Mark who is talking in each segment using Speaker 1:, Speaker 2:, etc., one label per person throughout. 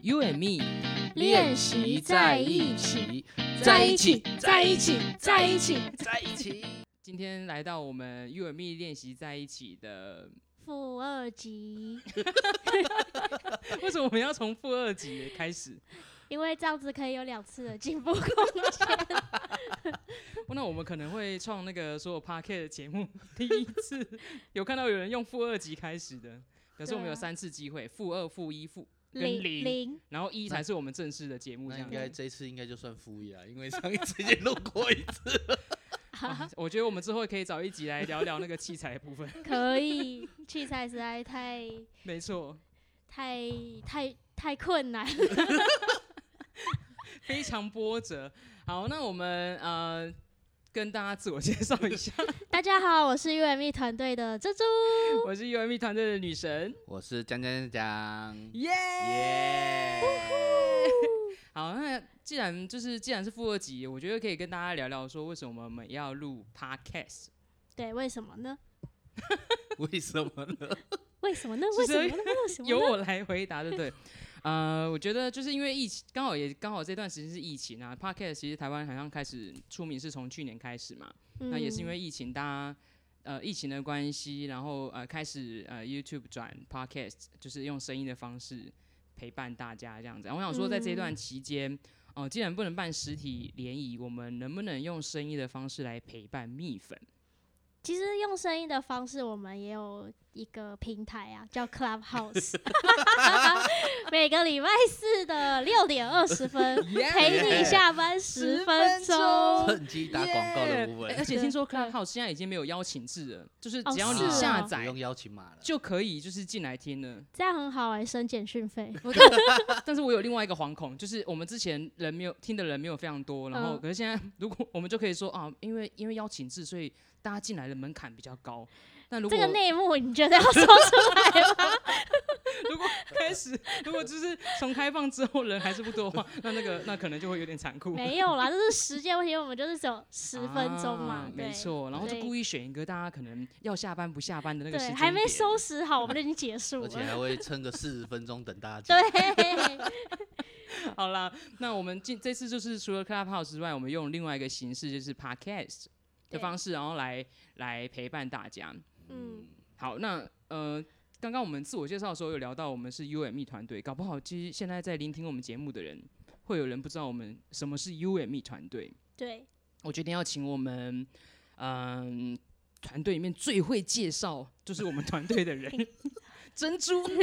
Speaker 1: You and me
Speaker 2: 练习在一起，
Speaker 1: 在一起，
Speaker 2: 在一起，在一起。
Speaker 1: 在一起。今天来到我们 You and me 练习在一起的，
Speaker 2: 负二级，
Speaker 1: 为什么我们要从负二级开始？
Speaker 2: 因为这样子可以有两次的进步空 间。
Speaker 1: 哦那我们可能会创那个所有 p a r k e t 的节目第一次有看到有人用负二级开始的，表示我们有
Speaker 2: 对啊
Speaker 1: 三次机会，负二、负一、负，跟零
Speaker 2: 零，
Speaker 1: 然后一才是我们正式的节目这
Speaker 3: 那
Speaker 1: 样
Speaker 3: 应
Speaker 1: 子。
Speaker 3: 该这次应该就算负一啦，因为上一次也录过一次。
Speaker 1: 啊 我觉得我们之后可以找一集来聊聊那个器材的部分。
Speaker 2: 可以。器材实在太
Speaker 1: 没错，
Speaker 2: 太太太困难。
Speaker 1: 非常波折。好，那我们呃跟大家自我介绍一下，
Speaker 2: 大家好，我是 UME 团队的珍珠。
Speaker 1: 我是 UME 团队的女神，
Speaker 3: 我是江江江，
Speaker 1: 耶、
Speaker 3: 耶！
Speaker 1: 好，那既然就是既然是负二级，我觉得可以跟大家聊聊说为什么我们要录 podcast。
Speaker 2: 对，为什么呢？
Speaker 3: 为什么呢？
Speaker 2: 为什么呢？为
Speaker 1: 其
Speaker 2: 什
Speaker 1: 实
Speaker 2: 么呢？为什么
Speaker 1: 由
Speaker 2: 呢？
Speaker 1: 我来回答，对不对？呃，我觉得就是因为疫情，刚好也刚好这段时间是疫情啊。Podcast 其实台湾好像开始出名是从去年开始嘛，那也是
Speaker 2: 嗯
Speaker 3: 嗯
Speaker 1: 因为疫情，大家呃疫情的关系，然后呃开始呃 YouTube 转 Podcast，就是用声音的方式陪伴大家这样子。我想说，在这
Speaker 3: 嗯
Speaker 1: 段期间，哦、既然不能办实体联谊，我们能不能用声音的方式来陪伴蜜粉？
Speaker 2: 其实用声音的方式，我们也有一个平台啊，叫 Clubhouse，每个礼拜四的六点二十 分，陪你下班十分钟。
Speaker 3: 趁机打广告的部
Speaker 1: 哎
Speaker 3: 分
Speaker 1: 而，且听说
Speaker 2: 对
Speaker 1: Clubhouse 现在已经没有邀请制了，就是
Speaker 2: 哦
Speaker 1: 只要你
Speaker 2: 是哦
Speaker 1: 下
Speaker 3: 不
Speaker 1: 载
Speaker 3: 用邀请码了。
Speaker 1: 就可以，就是进来听了。
Speaker 2: 这样很好哎、省简讯费。
Speaker 1: 但是我有另外一个惶恐，就是我们之前人没有听的人没有非常多，然后
Speaker 2: 嗯
Speaker 1: 可是现在如果我们就可以说啊，因为因为邀请制，所以大家进来的门槛比较高。那如
Speaker 2: 这
Speaker 1: 果
Speaker 2: 个内幕你觉得要 说出来吗？
Speaker 1: 如果开始， 如果就是从开放之后人还是不多的话，那那个那可能就会有点残酷。
Speaker 2: 没有啦，这是时间问题，因为我们就是只有十分钟嘛，
Speaker 1: 啊
Speaker 2: 对
Speaker 1: 没错。然后就
Speaker 2: 对
Speaker 1: 故意选一个大家可能要下班不下班的那个时
Speaker 2: 对，
Speaker 1: 间，
Speaker 2: 还没。收拾好，我们就已经结束
Speaker 3: 而
Speaker 2: 了。
Speaker 3: 且还会撑个四十分钟等大家进。
Speaker 2: 对，
Speaker 1: 好啦，那我们今这次就是除了 Clubhouse 之外，我们用另外一个形式就是 Podcast 的
Speaker 2: 对
Speaker 1: 方式，然后来来陪伴大家。
Speaker 2: 嗯，
Speaker 1: 好，那呃，刚刚我们自我介绍的时候有聊到我们是 UME 团队，搞不好其实现在在聆听我们节目的人，会有人不知道我们什么是 UME 团队。
Speaker 2: 对，
Speaker 1: 我决定要请我们，嗯、团队里面最会介绍就是我们团队的人， 珍珠
Speaker 2: 我是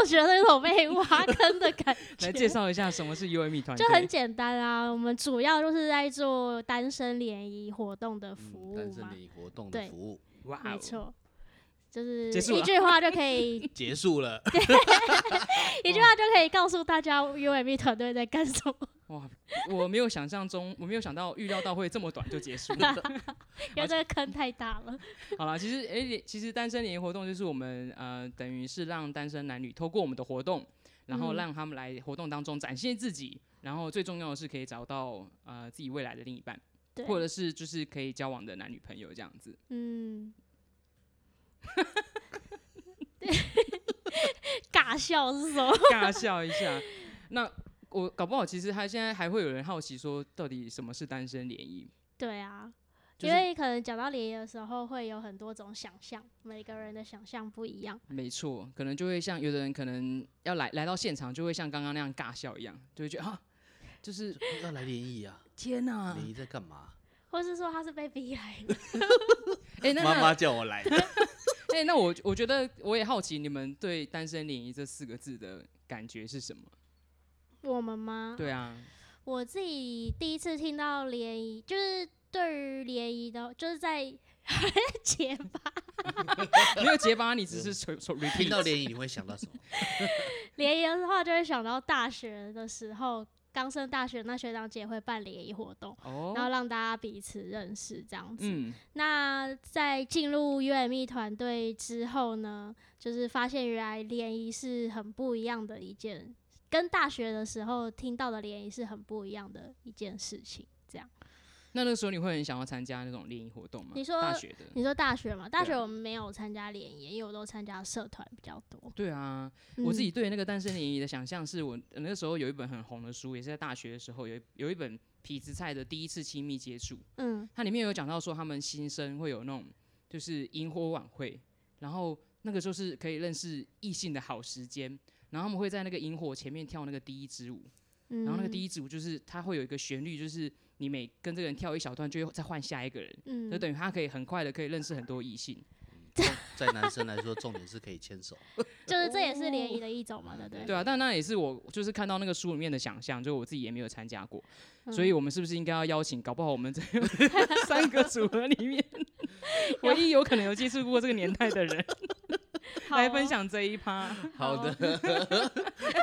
Speaker 2: 我觉得有种被挖坑的感觉。
Speaker 1: 来介绍一下什么是 UME 团
Speaker 2: 就很
Speaker 1: 队。
Speaker 2: 简单啊，我们主要就是在做单身联谊活动的服
Speaker 3: 嗯，
Speaker 2: 务
Speaker 3: 单身
Speaker 2: 嘛，
Speaker 3: 联谊活动
Speaker 2: 对
Speaker 3: 的服务
Speaker 1: 哇哦
Speaker 2: 没，错，就是
Speaker 1: 结束了
Speaker 2: 一句话就可以，
Speaker 3: 结束了，
Speaker 2: 一句话就可以告诉大家 UME 团队在干什么，
Speaker 1: 哇，我没有想象中，我没有想到预料到会这么短就结 束。
Speaker 2: 因为这个坑太大了。
Speaker 1: 好啦，其实诶、联其实单身联谊活动就是我们呃，等于是让单身男女透过我们的活动，然后
Speaker 2: 嗯
Speaker 1: 让他们来活动当中展现自己，然后最重要的是可以找到呃自己未来的另一半，
Speaker 2: 对，
Speaker 1: 或者是就是可以交往的男女朋友这样子。
Speaker 2: 嗯， 尬笑是什么？
Speaker 1: 尬笑一下， 那我搞不好其实还现在还会有人好奇说，到底什么是单身联谊？
Speaker 2: 对啊，
Speaker 1: 就
Speaker 2: 因
Speaker 1: 是
Speaker 2: 为可能讲到联谊的时候，会有很多种想象，每个人的想象不一样。
Speaker 1: 没错，可能就会像有的人可能要来来到现场，就会像刚刚那样尬笑一样，就会觉得啊，就是
Speaker 3: 要来联谊啊！
Speaker 1: 天哪、
Speaker 3: 联谊在干嘛？
Speaker 2: 或是说他是被逼来的，
Speaker 1: 哎、那
Speaker 3: 妈
Speaker 1: 那
Speaker 3: 妈叫我来的。
Speaker 1: 哎、那我我觉得我也好奇你们对“单身联谊”这四个字的感觉是什么？
Speaker 2: 我们吗？
Speaker 1: 对啊，
Speaker 2: 我自己第一次听到联谊，就是对于联谊的，就是在 结巴
Speaker 1: 没有结巴，你只是手手 repeat
Speaker 3: 听到联谊你会想到什么？
Speaker 2: 联谊的话，就会想到大学的时候，刚升大学那学长姐会办联谊活动。然后
Speaker 1: 哦，
Speaker 2: 让大家彼此认识这样子。
Speaker 1: 嗯，
Speaker 2: 那在进入 UME 团队之后呢，就是发现原来联谊是很不一样的一件，跟大学的时候听到的联谊是很不一样的一件事情。这样，
Speaker 1: 那那个时候你会很想要参加那种联谊活动吗？
Speaker 2: 你说
Speaker 1: 大学的，
Speaker 2: 你说大学嘛，大
Speaker 1: 对
Speaker 2: 学
Speaker 1: 啊
Speaker 2: 我们没有参加联谊，因为我都参加社团比较多。
Speaker 1: 对啊，我
Speaker 2: 嗯
Speaker 1: 自己对那个诞生联谊的想象是我呃那个时候有一本很红的书，也是在大学的时候有一有一本痞子蔡的第一次亲密接触，
Speaker 2: 嗯
Speaker 1: 它里面有讲到说他们新生会有那种就是萤火晚会，然后那个就是可以认识异性的好时间，然后他们会在那个萤火前面跳那个第一支舞，
Speaker 2: 嗯，
Speaker 1: 然后那个第
Speaker 2: 一，
Speaker 1: 一支舞就是它会有一个旋律，就是你每跟这个人跳一小段，就会再换下一个人，
Speaker 2: 嗯，
Speaker 1: 就等于他可以很快的可以认识很多异性。
Speaker 3: 在男生来说，重点是可以牵手。
Speaker 2: 就是这也是联谊的一种嘛，
Speaker 3: 哦
Speaker 2: 对不对？
Speaker 1: 对啊，但那也是我就是看到那个书里面的想象，就我自己也没有参加过，
Speaker 2: 嗯
Speaker 1: 所以我们是不是应该要邀请？搞不好我们这 三个组合里面， 唯一有可能有接触过这个年代的人
Speaker 2: 好
Speaker 1: 来
Speaker 2: 哦
Speaker 1: 分，享这一 趴，
Speaker 3: 好
Speaker 2: 好
Speaker 3: 的，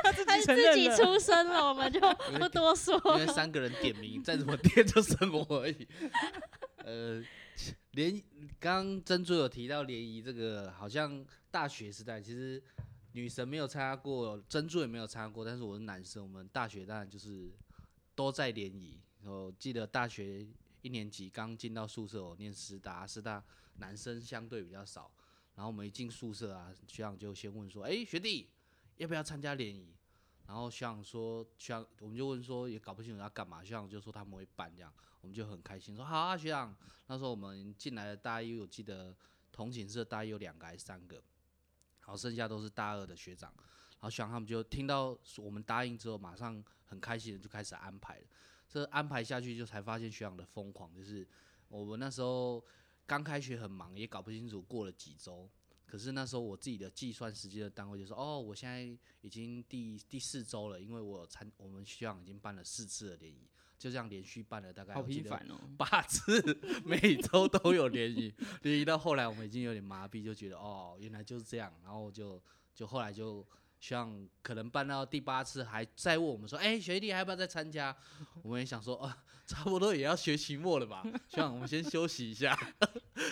Speaker 1: 他自
Speaker 2: 他
Speaker 1: 己承
Speaker 2: 自
Speaker 1: 认
Speaker 2: 己
Speaker 1: 了。
Speaker 2: 出声了，我 们就不多说
Speaker 3: 因为
Speaker 2: 了。
Speaker 3: 三个人点名，再怎么点就剩我而已。 呃，联谊刚刚珍珠有提到联谊这个，好像大学时代其实女神没有参加过，珍珠也没有参加过，但是我是男生，我们大学当然就是都在联谊。我记得大学一年级刚进到宿舍，我念师大，师大男生相对比较少，然后我们一进宿舍啊，学长就先问说：“哎、学弟，要不要参加联谊？”然后学长说，学长我们就问说也搞不清楚要干嘛，学长就说他们会办这样，我们就很开心说好啊，学长。那时候我们进来的大一，我记得同寝室的大一有两个还是三个，然后剩下都是大二的学长。然后学长他们就听到我们答应之后，马上很开心的就开始安排了。这安排下去就才发现学长的疯狂，就是我们那时候刚开学很忙，也搞不清楚过了几周。可是那时候我自己的计算时间的单位就说，哦，我现在已经第第四周了，因为我有参我们学长已经办了四次的联谊，就这样连续办了大概
Speaker 1: 好
Speaker 3: 我记
Speaker 1: 频
Speaker 3: 得
Speaker 1: 繁哦，
Speaker 3: 八次，每周都有联谊， 联谊到后来我们已经有点麻痹，就觉得哦，原来就是这样，然后就就后来就像可能办到第八次还再问我们说，哎、学弟还要不要再参加？ 我们也想说，哦，差不多也要学期末了吧， 希望我们先休息一下，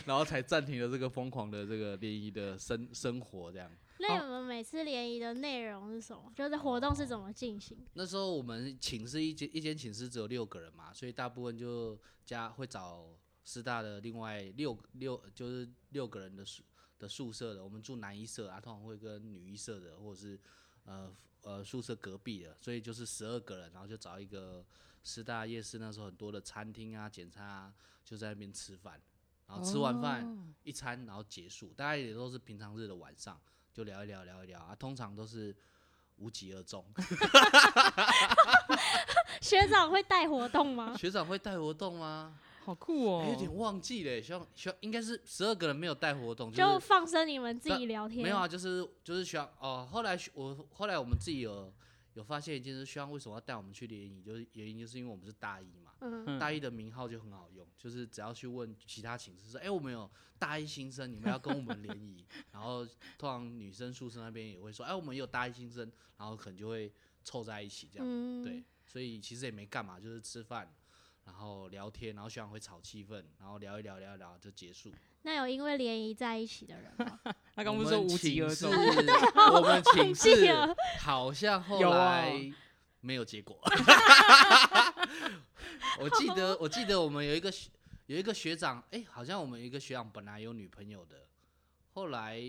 Speaker 3: 然后才暂停了这个疯狂的这个联谊的生生活这样。
Speaker 2: 那你们每次联谊的内容是什么？就是活
Speaker 1: 哦
Speaker 2: 动是怎么进行？
Speaker 3: 那时候我们寝室一间一间寝室只有六个人嘛，所以大部分就加会找师大的另外六六就是六个人的宿的宿舍的，我们住男一舍啊，通常会跟女一舍的或者是呃呃宿舍隔壁的，所以就是十二个人，然后就找一个师大夜市那时候很多的餐厅啊、简餐啊，就在那边吃饭，然后吃完饭、一餐，然后结束，大概也都是平常日的晚上，就聊一聊，聊一聊啊，通常都是无疾而终。
Speaker 2: 学长会带活动 吗？
Speaker 3: 学长会带活动吗？
Speaker 1: 好酷
Speaker 3: 哎有
Speaker 1: 哦。
Speaker 3: 点忘记了耶，学长学应该是十二个人没有带活动，
Speaker 2: 就是放生你们自己聊天。
Speaker 3: 没有啊，就是就是学长哦。后来学我后来我们自己有有发现一件事，学长为什么要带我们去联谊，就是原因就是因为我们是大一嘛，
Speaker 2: 嗯，
Speaker 1: 嗯
Speaker 3: 大一的名号就很好用，就是只要去问其他寝室说，哎、我们有大一新生，你们要跟我们联谊，然后通常女生宿舍那边也会说，哎、我们有大一新生，然后可能就会凑在一起这样。
Speaker 2: 嗯，
Speaker 3: 对，，所以其实也没干嘛，就是吃饭，然后聊天，然后学长会炒气氛，然后聊一聊聊一聊就结束。
Speaker 2: 那有因为联谊在一起的人 吗？
Speaker 1: 他刚不是说无疾而终
Speaker 3: 我？ 们寝室我们寝
Speaker 2: 记
Speaker 3: 室
Speaker 2: 了
Speaker 3: 好像后
Speaker 1: 有哦
Speaker 3: 来没有结果。 我记得我记得我们有一个学有一个学长，哎、好像我们有一个学长本来有女朋友的，后来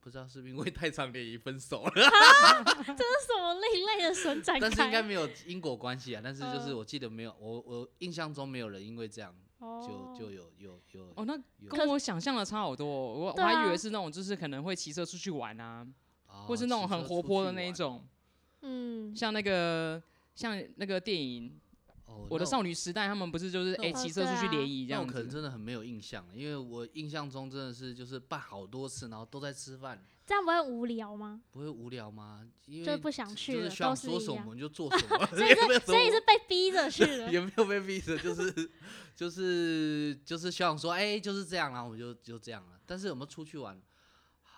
Speaker 3: 不知道是不是因为太长联谊分手了。
Speaker 2: 这是什么另类的伸展开？
Speaker 3: 但是应该没有因果关系啊。但是就是
Speaker 2: 嗯
Speaker 3: 我记得没有，我我印象中没有人因为这样
Speaker 2: 哦
Speaker 3: 就就有有有
Speaker 1: 哦，那
Speaker 3: 有
Speaker 1: 跟我想象的差好多、哦，我我
Speaker 2: 对啊
Speaker 1: 还以为是那种就是可能会骑车出去玩啊，
Speaker 3: 哦
Speaker 1: 或是那种
Speaker 3: 骑车
Speaker 1: 很活
Speaker 3: 出
Speaker 1: 泼
Speaker 3: 去
Speaker 1: 的那一
Speaker 3: 玩
Speaker 1: 种，
Speaker 2: 嗯，
Speaker 1: 像那个像那个电影
Speaker 3: 哦，
Speaker 1: 我的
Speaker 3: 那
Speaker 1: 少女时代，他们不是就是
Speaker 2: 哦
Speaker 3: 那
Speaker 1: 哎
Speaker 3: 我
Speaker 1: 骑车
Speaker 2: 啊
Speaker 1: 出去联谊这
Speaker 3: 那我
Speaker 1: 样
Speaker 3: 可能
Speaker 1: 子，
Speaker 3: 真的很没有印象了，因为我印象中真的是就是办好多次，然后都在吃饭，
Speaker 2: 这样不会无聊吗？
Speaker 3: 不会无聊吗？因
Speaker 2: 就是
Speaker 3: 为
Speaker 2: 不想
Speaker 3: 就
Speaker 2: 去
Speaker 3: 是
Speaker 2: 了，
Speaker 3: 想
Speaker 2: 都是
Speaker 3: 说
Speaker 2: 一
Speaker 3: 什么我
Speaker 2: 样。
Speaker 3: 们就做什 么，
Speaker 2: 所以
Speaker 3: 也 没
Speaker 2: 是
Speaker 3: 有什
Speaker 2: 所以
Speaker 3: 么
Speaker 2: 是被逼着去的。
Speaker 3: 也 没有被逼着，就是就是就是学长说，哎、就是这样啦，我们就就这样了。但是有没有出去玩？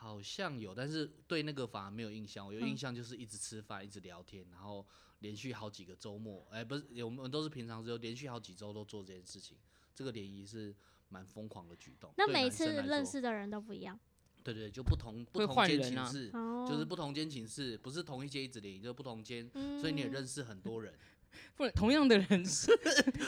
Speaker 3: 好像有，但是对那个反而没有印象。我有印
Speaker 2: 嗯
Speaker 3: 象就是一直吃饭，一直聊天，然后连续好几个周末，哎、不是，我们都是平常只有连续好几周都做这件事情。这个联谊是蛮疯狂的举动。
Speaker 2: 那
Speaker 3: 对
Speaker 2: 每
Speaker 3: 男生
Speaker 2: 次
Speaker 3: 来
Speaker 2: 认
Speaker 3: 说，
Speaker 2: 识的人都不一样，
Speaker 3: 对对，就不同不
Speaker 1: 会
Speaker 3: 同
Speaker 1: 换
Speaker 3: 间
Speaker 1: 人
Speaker 3: 寝
Speaker 1: 啊
Speaker 3: 室，
Speaker 2: 哦，
Speaker 3: 就是不同间寝室，不是同一间一直联谊，就是不同间，
Speaker 2: 嗯，
Speaker 3: 所以你也认识很多人。
Speaker 1: 不然同样的 人是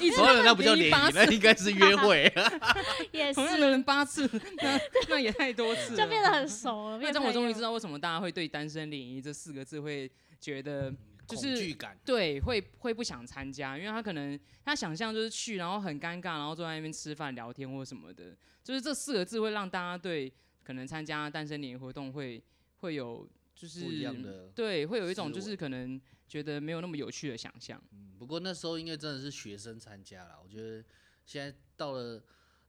Speaker 1: 一直
Speaker 3: 所有人那不叫
Speaker 1: 联谊
Speaker 3: 联谊，
Speaker 2: 嗯
Speaker 1: 八
Speaker 3: 那
Speaker 1: 次，
Speaker 3: 应该是约会啊。
Speaker 2: 也是
Speaker 1: 同样的人八次，那那也太多次了，
Speaker 2: 就变得很熟了。
Speaker 1: 那
Speaker 2: 变
Speaker 1: 这样我终于知
Speaker 2: 道，
Speaker 1: 道为什么大家会对“单身联谊”这四个字会觉得就是
Speaker 3: 恐惧感，
Speaker 1: 对，会会不想参加，因为他可能他想象就是去，然后很尴尬，然后坐在那边吃饭聊天或什么的，就是这四个字会让大家对可能参加单身联谊活动会会有就是
Speaker 3: 不一样的
Speaker 1: 对，会有一种就
Speaker 3: 思
Speaker 1: 是
Speaker 3: 维
Speaker 1: 可能觉得没有那么有趣的想象。
Speaker 3: 嗯不过那时候应该真的是学生参加了，我觉得现在到了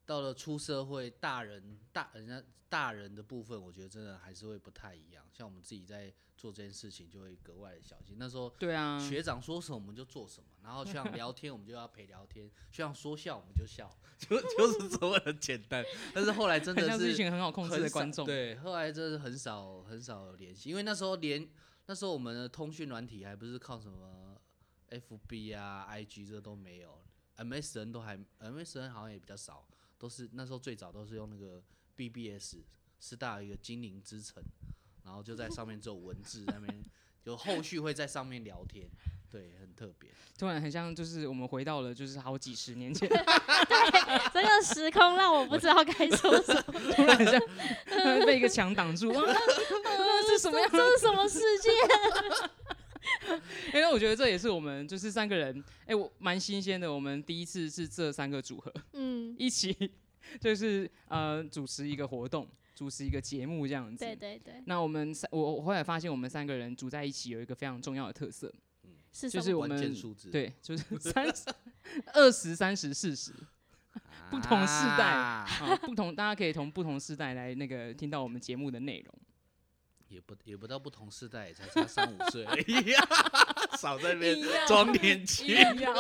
Speaker 3: 到了出社会，大人大人家大人的部分，我觉得真的还是会不太一样。像我们自己在做这件事情，就会格外的小心。那时候
Speaker 1: 对啊，
Speaker 3: 学长说什么我们就做什么，然后学长聊天我们就要陪聊天， 学长说笑我们就笑， 就就是这么的简单。但是后来真
Speaker 1: 很
Speaker 3: 的
Speaker 1: 像是一
Speaker 3: 是
Speaker 1: 群很好控制
Speaker 3: 很
Speaker 1: 的
Speaker 3: 少
Speaker 1: 观众。
Speaker 3: 对，后来真的是很少很少有联系，因为那时候连那时候我们的通讯软体还不是靠什么 FB 啊、IG 这都没有，MSN 都还 MSN 好像也比较少，都是那时候最早都是用那个 BBS，师大有一个精灵之城，然后就在上面做文字那边，就后续会在上面聊天，对，很特别。
Speaker 1: 突然很像就是我们回到了就是好几十 年前，
Speaker 2: 这个时空让我不知道该说什么。
Speaker 1: 突然很像被一个墙挡住， 啊，啊 这是什么样的
Speaker 2: 这是什么世 界？
Speaker 1: 因为我觉得这也是我们就是三个人，哎、我蛮新鲜的。我们第一次是这三个组合
Speaker 2: 嗯，
Speaker 1: 一起，就是呃主持一个活动，主持一个节目这样子。
Speaker 2: 对对对，
Speaker 1: 那我们三，我我后来发现我们三个人组在一起有一个非常重要的特色，
Speaker 2: 是什
Speaker 1: 就
Speaker 2: 么？
Speaker 1: 是我
Speaker 3: 关键
Speaker 1: 们
Speaker 3: 数字
Speaker 1: 对，就是三十、二十、三十、四十不同世代
Speaker 3: 啊
Speaker 1: 啊，不同大家可以从不同世代来那个听到我们节目的内容。
Speaker 3: 也不也不到不同世代，也才差三五岁而已，少在那
Speaker 1: 一
Speaker 3: 边
Speaker 1: 样
Speaker 3: 装年轻。
Speaker 1: 一定要。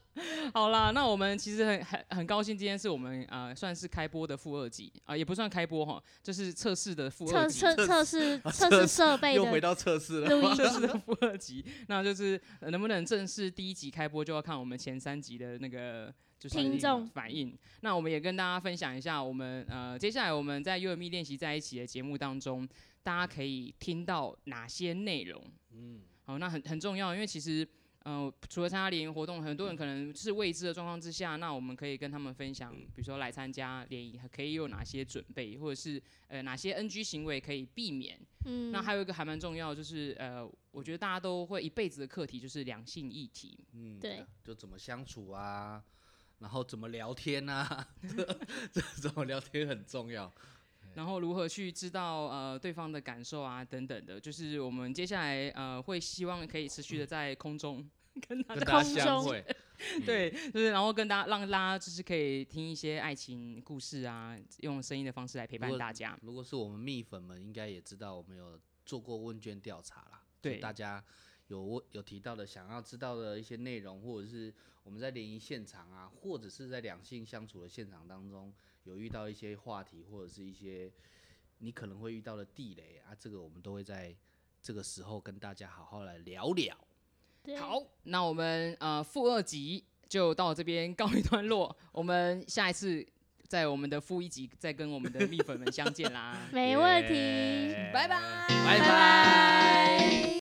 Speaker 1: 好啦，那我们其实很很很高兴，今天是我们啊、呃算是开播的负二集啊、也不算开播哈，就是测试的负二
Speaker 2: 测
Speaker 1: 集，
Speaker 2: 测测试测试设备
Speaker 3: 又回
Speaker 2: 的
Speaker 3: 到测试了，
Speaker 2: 录音
Speaker 1: 测试的负二集。那就是、呃能不能正式第一集开播，就要看我们前三集的那个就是
Speaker 2: 听众
Speaker 1: 反应。那我们也跟大家分享一下，我们呃接下来我们在 U M E 练习在一起的节目当中，大家可以听到哪些内容？
Speaker 3: 嗯，
Speaker 1: 好，那很很重要，因为其实，呃，除了参加联谊活动，很多人可能是未知的状况之下，那我们可以跟他们分
Speaker 2: 嗯
Speaker 1: 享，比如说来参加联谊可以有哪些准备，或者是呃哪些 NG 行为可以避免。
Speaker 2: 嗯，
Speaker 1: 那还有一个还蛮重要，就是呃，我觉得大家都会一辈子的课题就是两性议题，
Speaker 3: 嗯
Speaker 2: 对，
Speaker 3: 就怎么相处啊，然后怎么聊天啊， 这这怎么聊天很重
Speaker 1: 啊
Speaker 3: 要。嗯
Speaker 1: 然后如何去知道呃对方的感受啊等等的，就是我们接下来呃会希望可以持续的在空 中跟大
Speaker 3: 跟
Speaker 1: 家
Speaker 3: 大家
Speaker 2: 空
Speaker 3: 相
Speaker 2: 中
Speaker 3: 会，
Speaker 1: 对，就是然后跟大家让大家就是可以听一些爱情故事啊，用声音的方式来陪
Speaker 3: 如
Speaker 1: 伴
Speaker 3: 果
Speaker 1: 大家。
Speaker 3: 如果是我们蜜粉们，应该也知道我们有做过问卷调查啦，就
Speaker 1: 对
Speaker 3: 大家有问有提到的想要知道的一些内容，或者是我们在联谊现场啊，或者是在两性相处的现场当中，有遇到一些话题或者是一些你可能会遇到的地雷啊，这个我们都会在这个时候跟大家好好来聊聊。
Speaker 2: 对，
Speaker 1: 好，那我们呃负二集就到这边告一段落，我们下一次在我们的负一集再跟我们 的蜜粉们相见啦
Speaker 2: 没问题，
Speaker 1: 拜拜，
Speaker 2: 拜
Speaker 3: 拜
Speaker 2: 拜。